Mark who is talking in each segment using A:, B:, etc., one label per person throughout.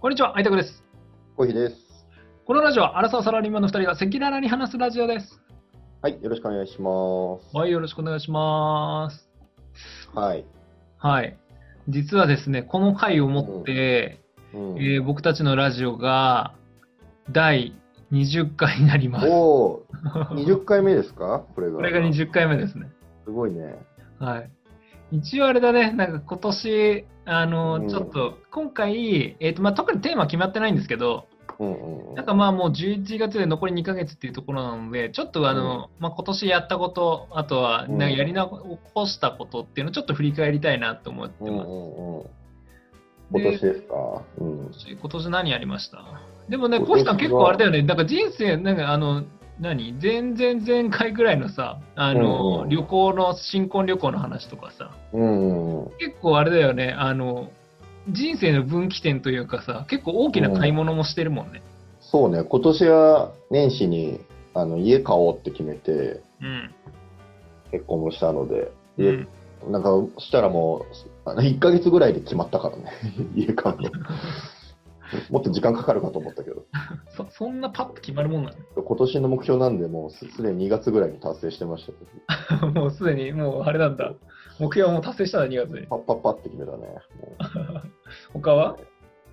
A: こんにちは、あいたくです。
B: コーヒーです。
A: このラジオは、アラサーサラリーマンの2人が赤裸々に話すラジオです。
B: はい、よろしくお願いしま
A: はい、よろしくお願いします。
B: す。はい。
A: はい。実はですね、この回をもって、
B: うん
A: えー僕たちのラジオが第20回になります。
B: おお、20回 目ですかこれが。
A: これが20回目ですね。
B: すごいね。
A: はい。一応あれだね、なんか今年、あの、
B: うん
A: ちょっと、今回、えっ、と、まあ、特にテーマは決まってないんですけど、
B: うんうんうん。
A: なんかまあもう11月で残り2ヶ月っていうところなので、ちょっとあの、まあ、今年やったこと、あとは
B: うん
A: なんかやり残したことっていうのをちょっと振り返りたいなと思って
B: うんう
A: ます。
B: んうん。
A: で
B: 今年ですかうん。
A: 今年今年何やりましたでもね、
B: 今年は
A: コシさん結構あれだよね、なんか人生、なんかあの、何前々前回ぐらいのさ、あの、
B: うん
A: 旅行の、新婚旅行の話とかさ、
B: うんうんうん。
A: 結構あれだよね、あの、人生の分岐点というかさ、結構大きな買い物もしてるもんね。
B: そうね、今年は年始にあの家買おうって決めて、
A: うん。
B: 結婚もしたので、
A: う
B: 家
A: ん、
B: なんか、そしたらもう、あの1ヶ月ぐらいで決まったからね、 家買うの。もっと時間かかるかと思ったけど。
A: そそんなパッと決まるもんなの
B: 今年の目標なんで、もうすすでに2月ぐらいに達成してましたけど、
A: もうすでに、もうあれなんだ。目標も達成したの2月に。
B: パッパッパって決めたね。もう
A: 他は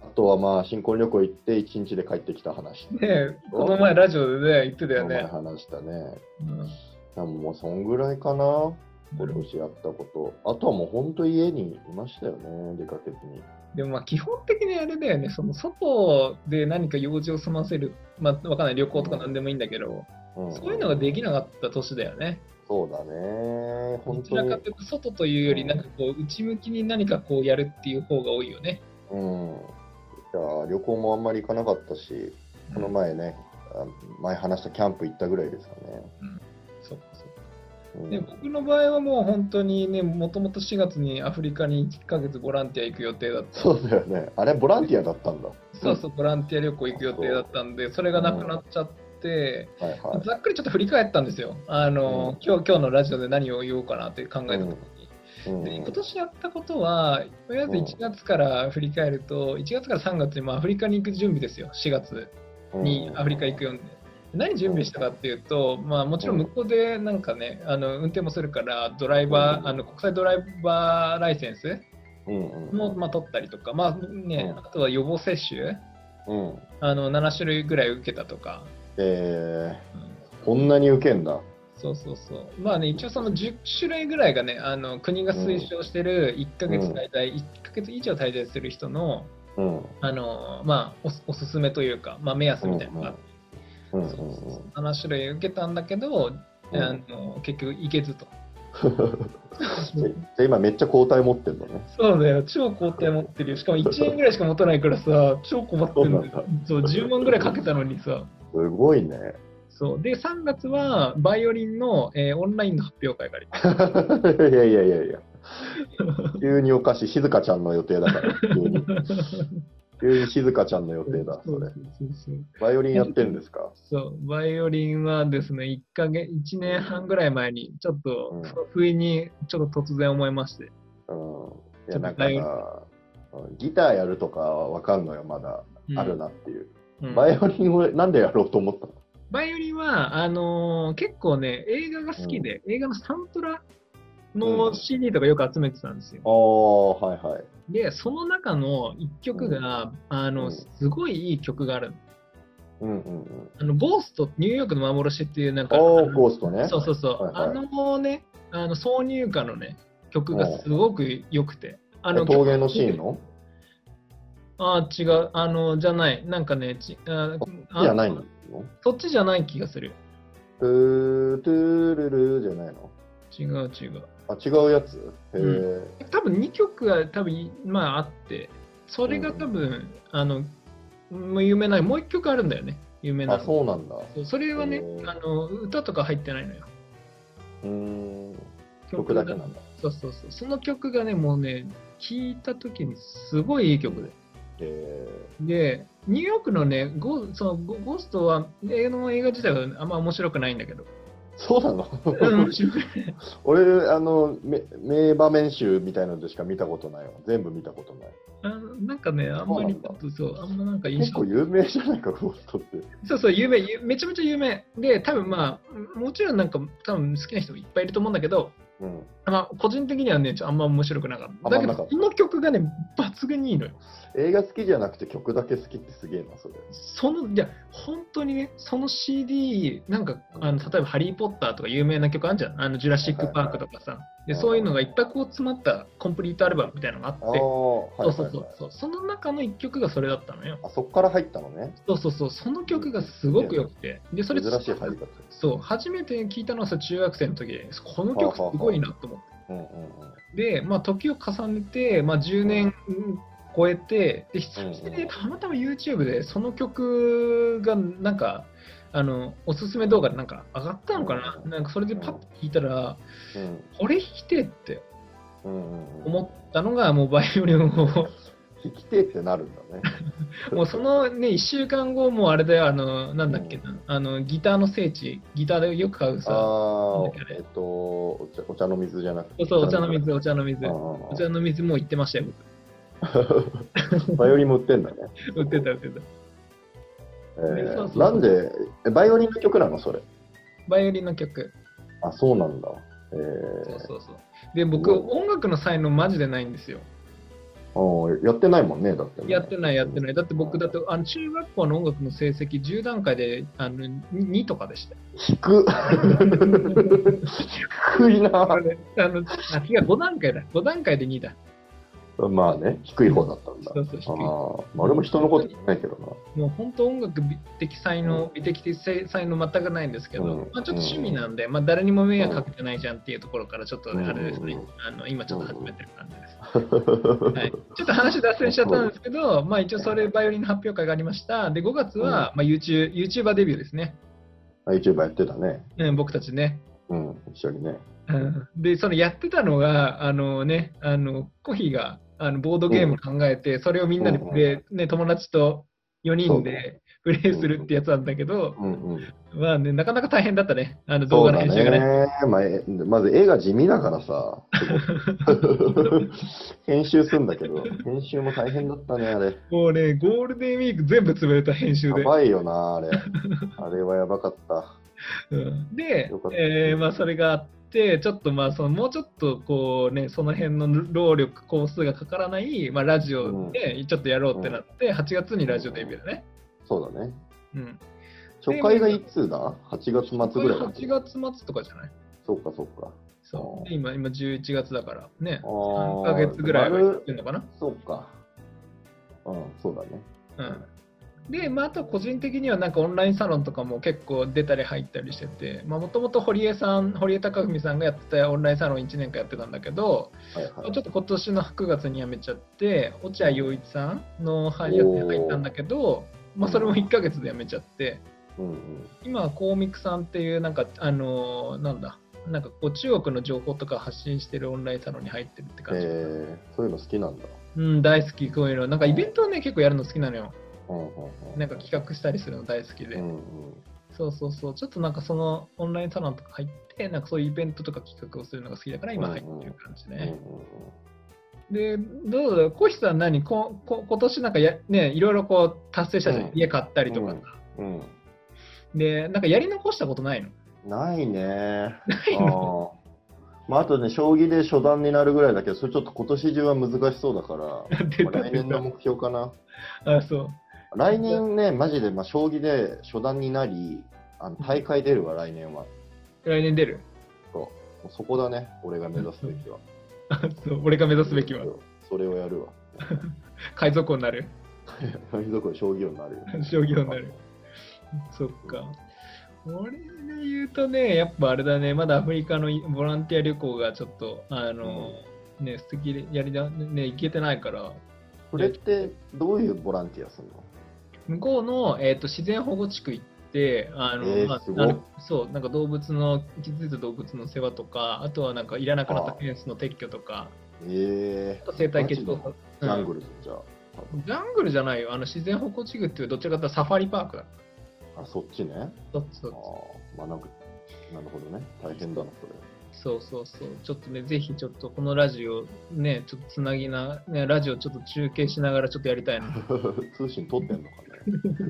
B: あとはまあ、新婚旅行行って1日で帰ってき た話。
A: ねえ、この前ラジオでね、言ってた
B: こ
A: よ
B: の前
A: ね。
B: 話したね。
A: うん
B: でももうそんぐらいかな、今年やったこと。あとはもう本当家にいましたよね、出かけずに。
A: でもまあ基本的にあれだよね、その外で何か用事を済ませる、まあわかんない旅行とか何でもいいんだけど、
B: うん
A: そういうのができなかった年だよね。
B: そうだね、
A: ど
B: 本
A: ち
B: 当
A: ら
B: に
A: かと。いうと外というより、なんかこう内向きに何かこうやるっていう方が多いよね。
B: うん。じゃあ旅行もあんまり行かなかったし、この前ね、あ前話したキャンプ行ったぐらいですかね。
A: そうかそうか
B: うん
A: ね、僕の場合はもう本当にね、もともと4月にアフリカに1ヶ月ボランティア行く予定だった。
B: そうだよね。あれ、ボランティアだったんだ。
A: そうそう、ボランティア旅行行く予定だったんで、それがなくなっちゃって、
B: はいはい。
A: ざっくりちょっと振り返ったんですよ。あの、
B: うん
A: 今日今日のラジオで何を言おうかなって考えた時に。
B: うん
A: で今年やったことは、とりあえず1月から振り返ると、1月から3月にまあアフリカに行く準備ですよ、4月にアフリカ行くように。何準備したかっていうと、まあ、もちろん向こうでなんかね、あの運転もするから、ドライバー、
B: うん
A: あの国際ドライバーライセンス
B: うんうんうん
A: も、まあ、取ったりとか、まあね
B: う、ん
A: あとは予防接種
B: うん
A: あの、7種類ぐらい受けたとか、うん
B: えー、こんなに受けんだ。
A: そうそうそう。まあね、一応その10種類ぐらいがね、あの国が推奨してる1ヶ月滞在、1ヶ月以上滞在する人の、
B: うん。うん
A: あのまあお、おすすめというか、まあ、目安みたいなのがあって、
B: う
A: そ
B: ん
A: うそうそう7種類受けたんだけど、
B: うん
A: あの結局行けずと。
B: じゃじゃあ今めっちゃ交代持ってんだね。
A: そうだよ、超交代持ってるよ。しかも1円ぐらいしか持たないからさ、超困ってるんだよ。そう、10万ぐらいかけたのにさ。
B: すごいね。
A: そうで、3月はバイオリンの、えーオンラインの発表会がありま
B: いやいやいやいや。急におかしい。静香ちゃんの予定だから。急 に。
A: す。
B: 急に静香ちゃんの予定だ。そ
A: そ
B: れ。
A: うそう
B: バイオリンやってるんですか
A: そう、バイオリンはですね、1ヶ月、1年半ぐらい前に、ちょっと、
B: うん
A: 不意に、ちょっと突然思いまして。
B: うん。いや、なんかさ、ギターやるとかはわかんのよ、まだ。
A: うん
B: あるなっていう。
A: うん
B: バイオリンをなんでやろうと思ったの
A: バイオリンは、あのー結構ね、映画が好きで、映画のサントラ
B: う
A: の
B: ん
A: CD とかよく集めてたんですよ。
B: ああ、はいはい。
A: で、その中の1曲が、あ
B: う
A: の、
B: ん
A: すごいいい曲がある。
B: うんうんうん。
A: あの、ゴースト、ニューヨークの幻っていう、なんか、
B: お
A: あ
B: ー、
A: の
B: ゴーストね。
A: そうそうそう、
B: はいはい
A: あのね、あの挿入歌のね、曲がすごく良くて。あの
B: 陶芸のシーンの
A: あー違う、あの、じゃない、なんかね、ちあ
B: じゃないの
A: のそっちじゃない気がする。
B: トゥー、トゥールルーじゃないの
A: 違う違う。
B: あ、違うやつへえ、
A: 多分2曲が多分、まああって、それが多分、あの、もう有名な、もう1曲あるんだよね、有名な
B: あ、
A: の。
B: そうなんだ。う
A: そうそれはね
B: へ、ー
A: あの歌とか入ってないのよ。
B: ーん。曲だけなんだ。
A: そうそうそう。その曲がね、もうね、聴いた時にすごいいい曲で。
B: へえ
A: で、ニューヨークのね、ゴそのゴゴーストは、映画の映画自体はあんま面白くないんだけど、
B: そうなの
A: うん面白い
B: 俺、あの、め名場面集みたいなのでしか見たことないわ。全部見たことない。
A: あなんかね、あんまりちょっとそう、あんまなんか印
B: 結
A: 象
B: 構、有名じゃないか、ゴーストって。
A: そうそう、有名、有めちゃめちゃ有名で、多分まあ、もちろんなんか、多分好きな人もいっぱいいると思うんだけど、
B: うん。
A: まあ、個人的にはね、ちょっとあんま面白くなかった。だけ
B: あんまなか
A: ど
B: っ、た
A: この曲がね、抜群にいいのよ。
B: 映画好きじゃなくて曲だけ好きってすげえな、それ。
A: その、いや、本当にね、その CD、なんか、あの例えば、ハリー・ポッターとか有名な曲あるじゃん。あの、ジュラシック・パークとかさ。で、そういうのがいっぱいこう詰まったコンプリートアルバムみたいなのがあって
B: ああ、、はい、
A: そう
B: はい
A: そ
B: は
A: う
B: い
A: そうそう、その中の一曲がそれだったのよ。
B: あそこから入ったのね。
A: そうそうそう、その曲がすごく良くて、で、それ、
B: 珍しい入り方。
A: そう、初めて聞いたのはさ、中学生の時で、この曲すごいなと思って。
B: うんうんうん。
A: で、まあ、時を重ねて、まあ、10年超えて、で、久々に
B: うんう
A: ね
B: ん
A: たまたま YouTube で、その曲が、なんか、あの、おすすめ動画でなんか上がったのかな、
B: うん
A: なんかそれでパッと聞いたら、
B: うん
A: これ弾きてえって
B: うんうんうん。
A: 思ったのが、もうバイオリン を。。
B: 引き手ってなるんだね
A: もうそのね、1週間後、もうあれだよ、あの、なんだっけな、あの、ギターの聖地、ギターでよく買うさ、
B: あ
A: なんだっけ
B: あ、
A: あれ
B: えっと、お茶お茶の水じゃなく
A: そ
B: て。
A: うそう、お茶の水、お茶の水、
B: うん
A: お
B: うんうん。
A: 茶の水もう行ってましたよ、
B: バイオリンも売ってん だね。
A: 僕。売ってた、売ってた。
B: え
A: そうそうそ
B: ー
A: う
B: なんで、えバイオリンの曲なのそれ。
A: バイオリンの曲。
B: あ、そうなんだ。え
A: そう
B: ー
A: そうそう。で、僕、
B: うん
A: 音楽の才能マジでないんですよ。
B: おー、やってないもんね、だってね、
A: やってない、やってない。だって僕、だって、あの中学校の音楽の成績10段階であの2とかでしたよ。
B: 低っ。低いな
A: あ。れあの、あ、違う、5段階だ。5段階で2だ。
B: まあね、低い方だったんだ。
A: そうそう、低
B: あ
A: い。
B: ーまあ、俺も人のこと言ってないけどな。
A: もう本当音楽的才能、美的才能全くないんですけど、
B: うん
A: まあ、ちょっと趣味なんで、まあ、誰にも迷惑かけてないじゃんっていうところからちょっとね、
B: うん
A: あれですね、あの今ちょっと始めてる感じです、 はい。ちょっと話脱線しちゃったんですけど、まあ、一応それバイオリンの発表会がありました。で、5月は、まあ、YouTube YouTuber デビューですね、
B: YouTuber やってたね。
A: うん、僕たちね。
B: うん、一緒にね。
A: うんで、そのやってたのが、あのね、あのコヒーがあのボードゲームを考えて、それをみんなでプレイ、ね、友達と4人でプレイするってやつなんだけど、
B: うんうん。
A: まあね、なかなか大変だったね、あの動画の編集がね。
B: そうだねまあえまず絵が地味だから さ。編集するんだけど、編集も大変だったね、あれ。
A: もうね、ゴールデンウィーク全部潰れた編集
B: や
A: で。
B: ばいよな、あれ。あれはやばかった。
A: うんで
B: よかっ、た
A: えーまあ、それがあって、ちょっとまあそのもうちょっとこう、ね、その辺の労力、工数がかからない、まあ、ラジオでちょっとやろうってなって、8月にラジオデビューだね。
B: そうだね。
A: うん、
B: 初回がいつだ ?8 月末ぐらいだっけ
A: 8月末とかじゃない
B: そうか、そうか。
A: そう
B: あ
A: で今今11月だからね、
B: あ
A: 3
B: ー
A: ヶ月ぐらいはやってるのかな。
B: そうか。うん、そうだね。
A: うんで、まあ、あと個人的にはなんかオンラインサロンとかも結構出たり入ったりしててもともと堀江さん堀江貴文さんがやってたオンラインサロン1年間やってたんだけど、
B: はい
A: ま
B: は
A: あ
B: い。
A: ちょっと今年の9月に辞めちゃって落合陽一さんの配役に入ったんだけど、まあ、それも1ヶ月で辞めちゃって
B: うんうん。
A: 今はコーミクさんっていうなんかあのーなんだなんかこう中国の情報とか発信してるオンラインサロンに入ってるって
B: え
A: 感じ、
B: ー、そういうの好きなんだ。
A: うん大好きこういうのなんかイベントをね結構やるの好きなのよ
B: うんうんうん。
A: なんか企画したりするの大好きで、
B: うんうん。
A: そうそうそう、ちょっとなんかそのオンラインサロンとか入って、なんかそういうイベントとか企画をするのが好きだから、今入ってる感じ
B: うんうん
A: ね。で、どうだろう、コヒさん何ここ今年なんかや、ね、いろいろこう達成したじゃん、
B: うん
A: 家買ったりとかさ、
B: うんうん。
A: で、なんかやり残したことないの
B: ないね。ああまあ、あとね、将棋で初段になるぐらいだけど、それちょっと今年中は難しそう だから、
A: 出
B: ま
A: た
B: あ来年の目標かな。
A: あ、そう。
B: 来年ね、マジで、まあ、将棋で初段になり、あの大会出るわ、来年は。
A: 来年出る。
B: そうそこだね、俺が目指すべきは。
A: あそう 俺が 目指すべきは、
B: それをやるわ。
A: 海賊王になる。
B: 海賊王将棋王になる よ。
A: 将棋王になる。そっか。俺で言うとね、やっぱあれだね、まだアフリカのいボランティア旅行がちょっと、あの、ね、素敵でやりだ、ね、行けてないから、
B: それって、どういうボランティアするの
A: 向こうの、えー、と自然保護地区行って、あの
B: えー
A: まあ
B: すごい
A: あのそう、なんか動物の、傷ついた動物の世話とか、あとはなんかいらなくなった
B: あー
A: フェンスの撤去とか、
B: え
A: あと生態系調査。
B: ー、ジャング
A: ル、
B: ルじゃ
A: ジャングルじゃないよ、あの自然保護地区っていうどちらかというとサファリパークだ。
B: あ。あ、そっちね。
A: そっちそっ
B: あ
A: ち
B: あまあ、なんか、なるほどね。大変だな、それ。
A: そうそうそう、ちょっとね、ぜひちょっとこのラジオ、ね、ちょっとつなぎな、ね、ラジオちょっと中継しながらちょっとやりたい な。
B: 通信取ってんのかね。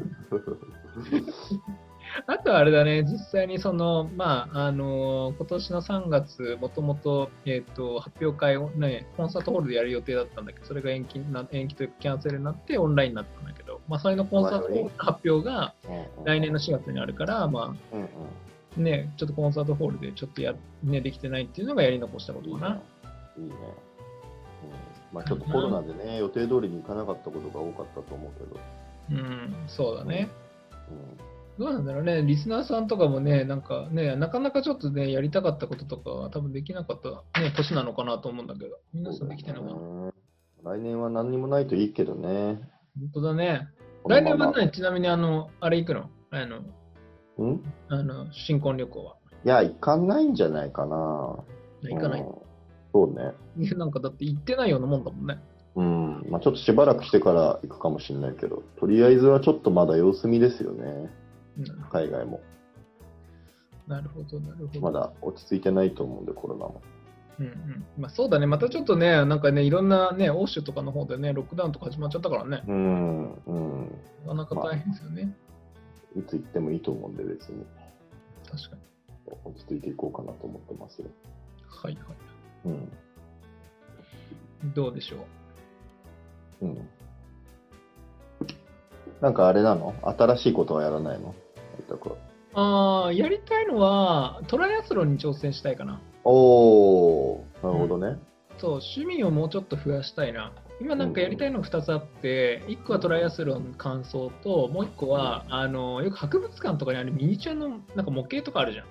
A: あとはあれだね、実際にその、まあ、あのー今年の3月、もともと、えっ、と、発表会をね、コンサートホールでやる予定だったんだけど、それが延期な、延期というかキャンセルになってオンラインになったんだけど、まあ、それのコンサートホールの発表が来年の4月にあるから、ま
B: うんうん。
A: あ、ね、ちょっとコンサートホールでちょっとや、ね、できてないっていうのがやり残したこ
B: い
A: と
B: い
A: か
B: ね
A: な。。
B: いいね。うん、まあちょっとコロナでね、予定通りに行かなかったことが多かったと思うけど。
A: うん、そうだね。
B: うん
A: どうなんだろうね、リスナーさんとかもね、なんかね、なかなかちょっとね、やりたかったこととかは多分できなかった、ね、年なのかなと思うんだけど、皆さんできてるのかな。本
B: 来年は何にもないといいけどね。
A: 当だね。
B: この
A: 来
B: ま
A: 年
B: ま
A: はね、ちなみにあの、あれ行くのあの、
B: うん
A: あの、新婚旅行は。
B: いや、行かないんじゃないかな。
A: 行かない
B: うん。そうね。
A: なんかだって行ってないようなもんだもんね。
B: うん。まあちょっとしばらくしてから行くかもしれないけど、とりあえずはちょっとまだ様子見ですよね。
A: うん
B: 海外も。
A: なるほど、なるほど。
B: まだ落ち着いてないと思うんで、コロナも。
A: うんうん。まあそうだね、またちょっとね、なんかね、いろんなね、欧州とかの方でね、ロックダウンとか始まっちゃったからね、
B: うん。うん。
A: なかなか大変ですよね。
B: いつ行ってもいいと思うんで、別に。
A: 確かに。
B: 落ち着いていこうかなと思ってますよ。
A: はいはい。
B: うん。
A: どうでしょう。
B: うん。なんかあれなの新しいことはやらないの有田君
A: ああ、やりたいのは、トライアスロンに挑戦したいかな。
B: おお、なるほどね。
A: そう、趣味をもうちょっと増やしたいな。今なんかやりたいのが2つあって、1個はトライアスロン完走と、もう1個は、あの、よく博物館とかにあるミニチュアのなんか模型とかあるじゃん。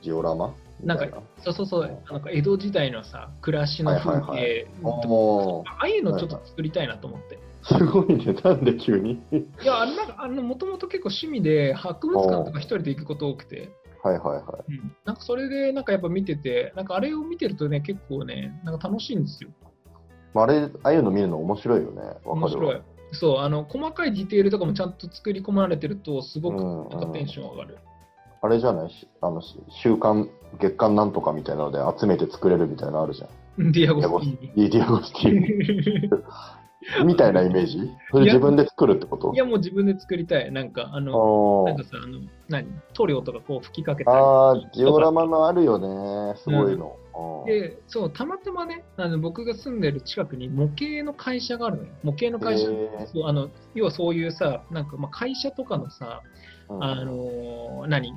B: ジオラマみたい
A: なんそうそうそう、なんか江戸時代のさ、暮らしの風
B: はいはい
A: 景とか、
B: おー
A: ああいうのちょっと作りたいなと思って。
B: すごいね、なんで急に
A: いや、あのなんか、あの、もともと結構趣味で、博物館とか一人で行くこと多くて。
B: はいはいは
A: うんなんかそれでなんかやっぱ見てて、なんかあれを見てるとね、結構ね、なんか楽しいんですよ。
B: い。まあ、あれ、ああいうの見るの面白いよね。わ
A: 面
B: かる
A: 白
B: わ
A: い。。そう、あの、細かいディテールとかもちゃんと作り込まれてると、すごく
B: うんうん
A: なんかテンション上がる。
B: あれじゃないしあの、し週刊、月刊なんとかみたいなので集めて作れるみたいなのあるじゃん。
A: ディア
B: デ
A: ゴ
B: ィア
A: ス
B: ゴス
A: ティー
B: ティディアゴスティ
A: ニ。
B: みたいなイメージそれ自分で作るってこと
A: いや、もう自分で作りたい。なんか、あの、なんか
B: あ
A: さ、あの、何塗料とかこう吹きかけたり
B: あー、ジオラマのあるよね。すごいの。あー
A: で、そう、たまたまね、あの僕が住んでる近くに模型の会社があるのよ。模型の会社。
B: へー
A: そうあの要はそういうさ、なんかまあ会社とかのさ、
B: うん
A: あのー何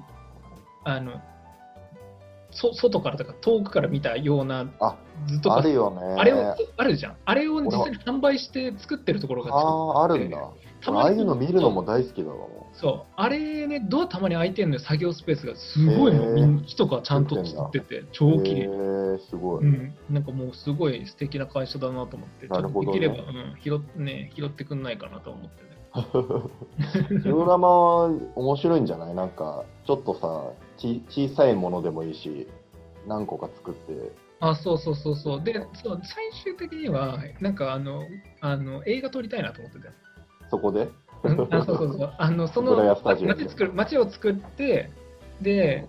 A: あのそ外からとか遠くから見たような
B: あ
A: 図とか
B: あるよね。
A: あれをあるじゃんあれを実際に販売して作ってるところが
B: ああ、あるんだ。
A: た
B: ああ
A: ま
B: い
A: に
B: うの見るのも大好きだわ。も
A: そうあれねドアたまに開いてるのよ作業スペースがすごいの、
B: へー
A: みんな木とかちゃんと作ってて
B: う
A: 超綺
B: へ
A: 麗
B: ーすご
A: う
B: い。
A: ん、なんかもうすごい素敵な会社だなと思って、ちょ
B: な
A: っ
B: る
A: とで
B: ほど
A: き
B: ね
A: れば、うん拾っね、拾ってくんないかなと思ってね。
B: ジオラマは面白いんじゃないなんか、ちょっとさち、小さいものでもいいし、何個か作って。
A: あ、そうそうそうそう。で、そう最終的には、なんかあの、あの映画撮りたいなと思って たよ。
B: そこで
A: あそうそうそう。あの、そ
B: ブライア
A: の
B: スタジオ
A: 街作る街を作って、で、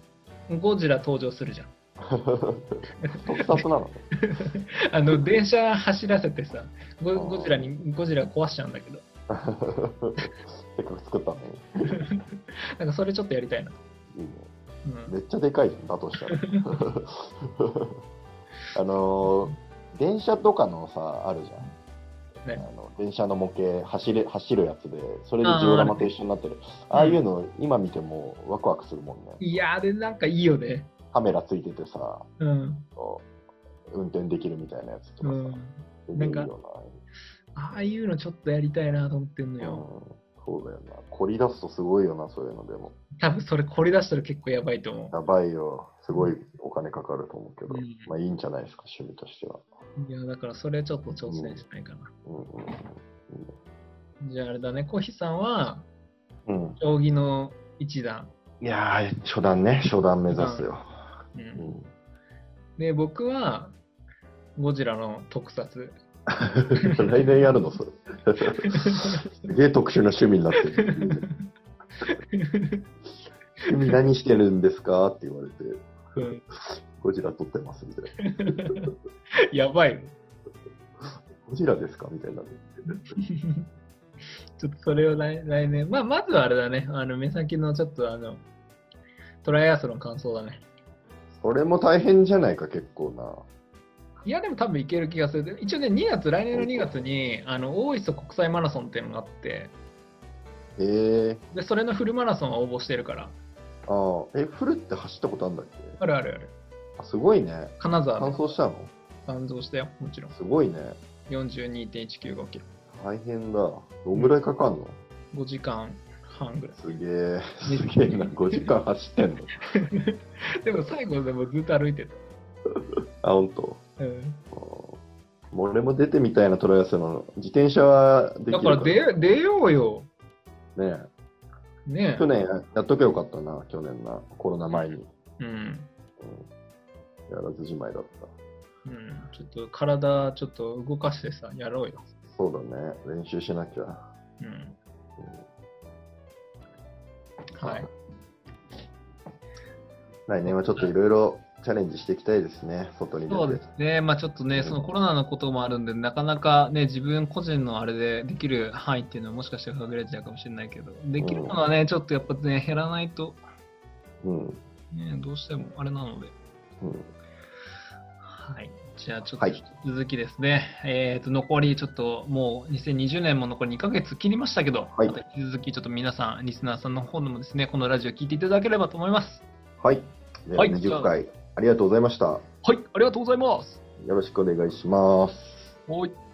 A: ゴジラ登場するじゃん。
B: 特撮なの
A: あの、電車走らせてさ、ゴゴジラに、ゴジラ壊しちゃうんだけど、
B: せっかく作ったのに。
A: なんかそれちょっとやりたいな。
B: いいね。
A: うん
B: めっちゃでかいじゃん、だとしたら。 あのー電車とかのさ、あるじゃん。
A: ね
B: あの電車の模型走れ、走るやつで、それでジオラマと一緒になってる。ああいうの、今見てもワクワクするもんね。
A: いやー、で、なんかいいよね。
B: カメラついててさ、
A: うん。
B: こう運転できるみたいなやつとか
A: う
B: さ、
A: ん。
B: すげえいい
A: なん
B: よ
A: ああいうのちょっとやりたいなと思ってんの
B: な、うん
A: よ。。
B: そうだよな。凝り出すとすごいよな、そういうのでも。
A: 多分それこれ出したら結構やばいと思う。
B: やばいよ。すごいお金かかると思うけど、
A: うん
B: まあいいんじゃないですか、趣味としては。
A: いや、だからそれちょっと挑戦したいかな。
B: うんうん
A: じゃああれだね、コヒさんは、
B: うんうん。
A: 将棋の一段。
B: いやー、初段ね、初段目指すよ。
A: う、
B: うんん、
A: で、僕は、ゴジラの特撮。
B: 来年やるの、それ。すげえ特殊な趣味になってる。君何してるんですかって言われて、
A: うん、
B: ゴジラ撮ってますみたいな。
A: やばいね。
B: ゴジラですかみたいな。
A: ちょっとそれを来来年、まあ、まずはあれだね、あの目先のちょっとあのトライアスロンの感想だね。
B: それも大変じゃないか、結構な。
A: いや、でも多分いける気がする。一応ね、2月、来年の2月にあの大磯国際マラソンっていうのがあって、
B: えー、
A: でそれのフルマラソンは応募してるから、
B: ああ、え、フルって走ったことあるんだっけ
A: あるあるある。
B: あすごいね。
A: 金沢
B: 完
A: で
B: 走したの
A: 完走したよ、もちろん。
B: すごいね。
A: 42.195キロ。
B: 大変だ。どんぐらいかかんの
A: 5時間半ぐらい。
B: すげえ、すげえな。5時間走ってんの。
A: でも最後でもずっと歩いて
B: あ、ほんと。
A: た。うん、
B: あーもう俺も出てみたいなトライアスロン。自転車はできる
A: だから出出ようよ。
B: ね
A: ね
B: え去年ややっとけよかったな、去年な。コロナ前に。
A: うん。
B: うん、やらずじまいだった。
A: うん。ちょっと体ちょっと動かしてさ、やろうよ。
B: そうだね。練習しなきゃ。
A: うん。
B: うん
A: はい。
B: 来年はちょっといろいろチャレンジしていきたいですね。外に出て。
A: そうですね。まあちょっとね、そのコロナのこともあるんで、なかなかね、自分個人のあれでできる範囲っていうのはもしかしたら限られちゃうかもしれないけど、できるものはね、ちょっとやっぱね、減らないと、
B: うん。
A: ね、どうしてもあれなので。
B: うん。
A: はい。じゃあ、ちょっと
B: はい
A: 引き続きですね、えっと残りちょっともう2020年も残り2ヶ月切りましたけど、
B: はい
A: また引き続きちょっと皆さん、リスナーさんの方でもですね、このラジオ聞いていただければと思います。
B: はい。では
A: はい
B: 20回ありがとうございました。
A: はい、ありがとうございます。
B: よろしくお願いします。
A: はい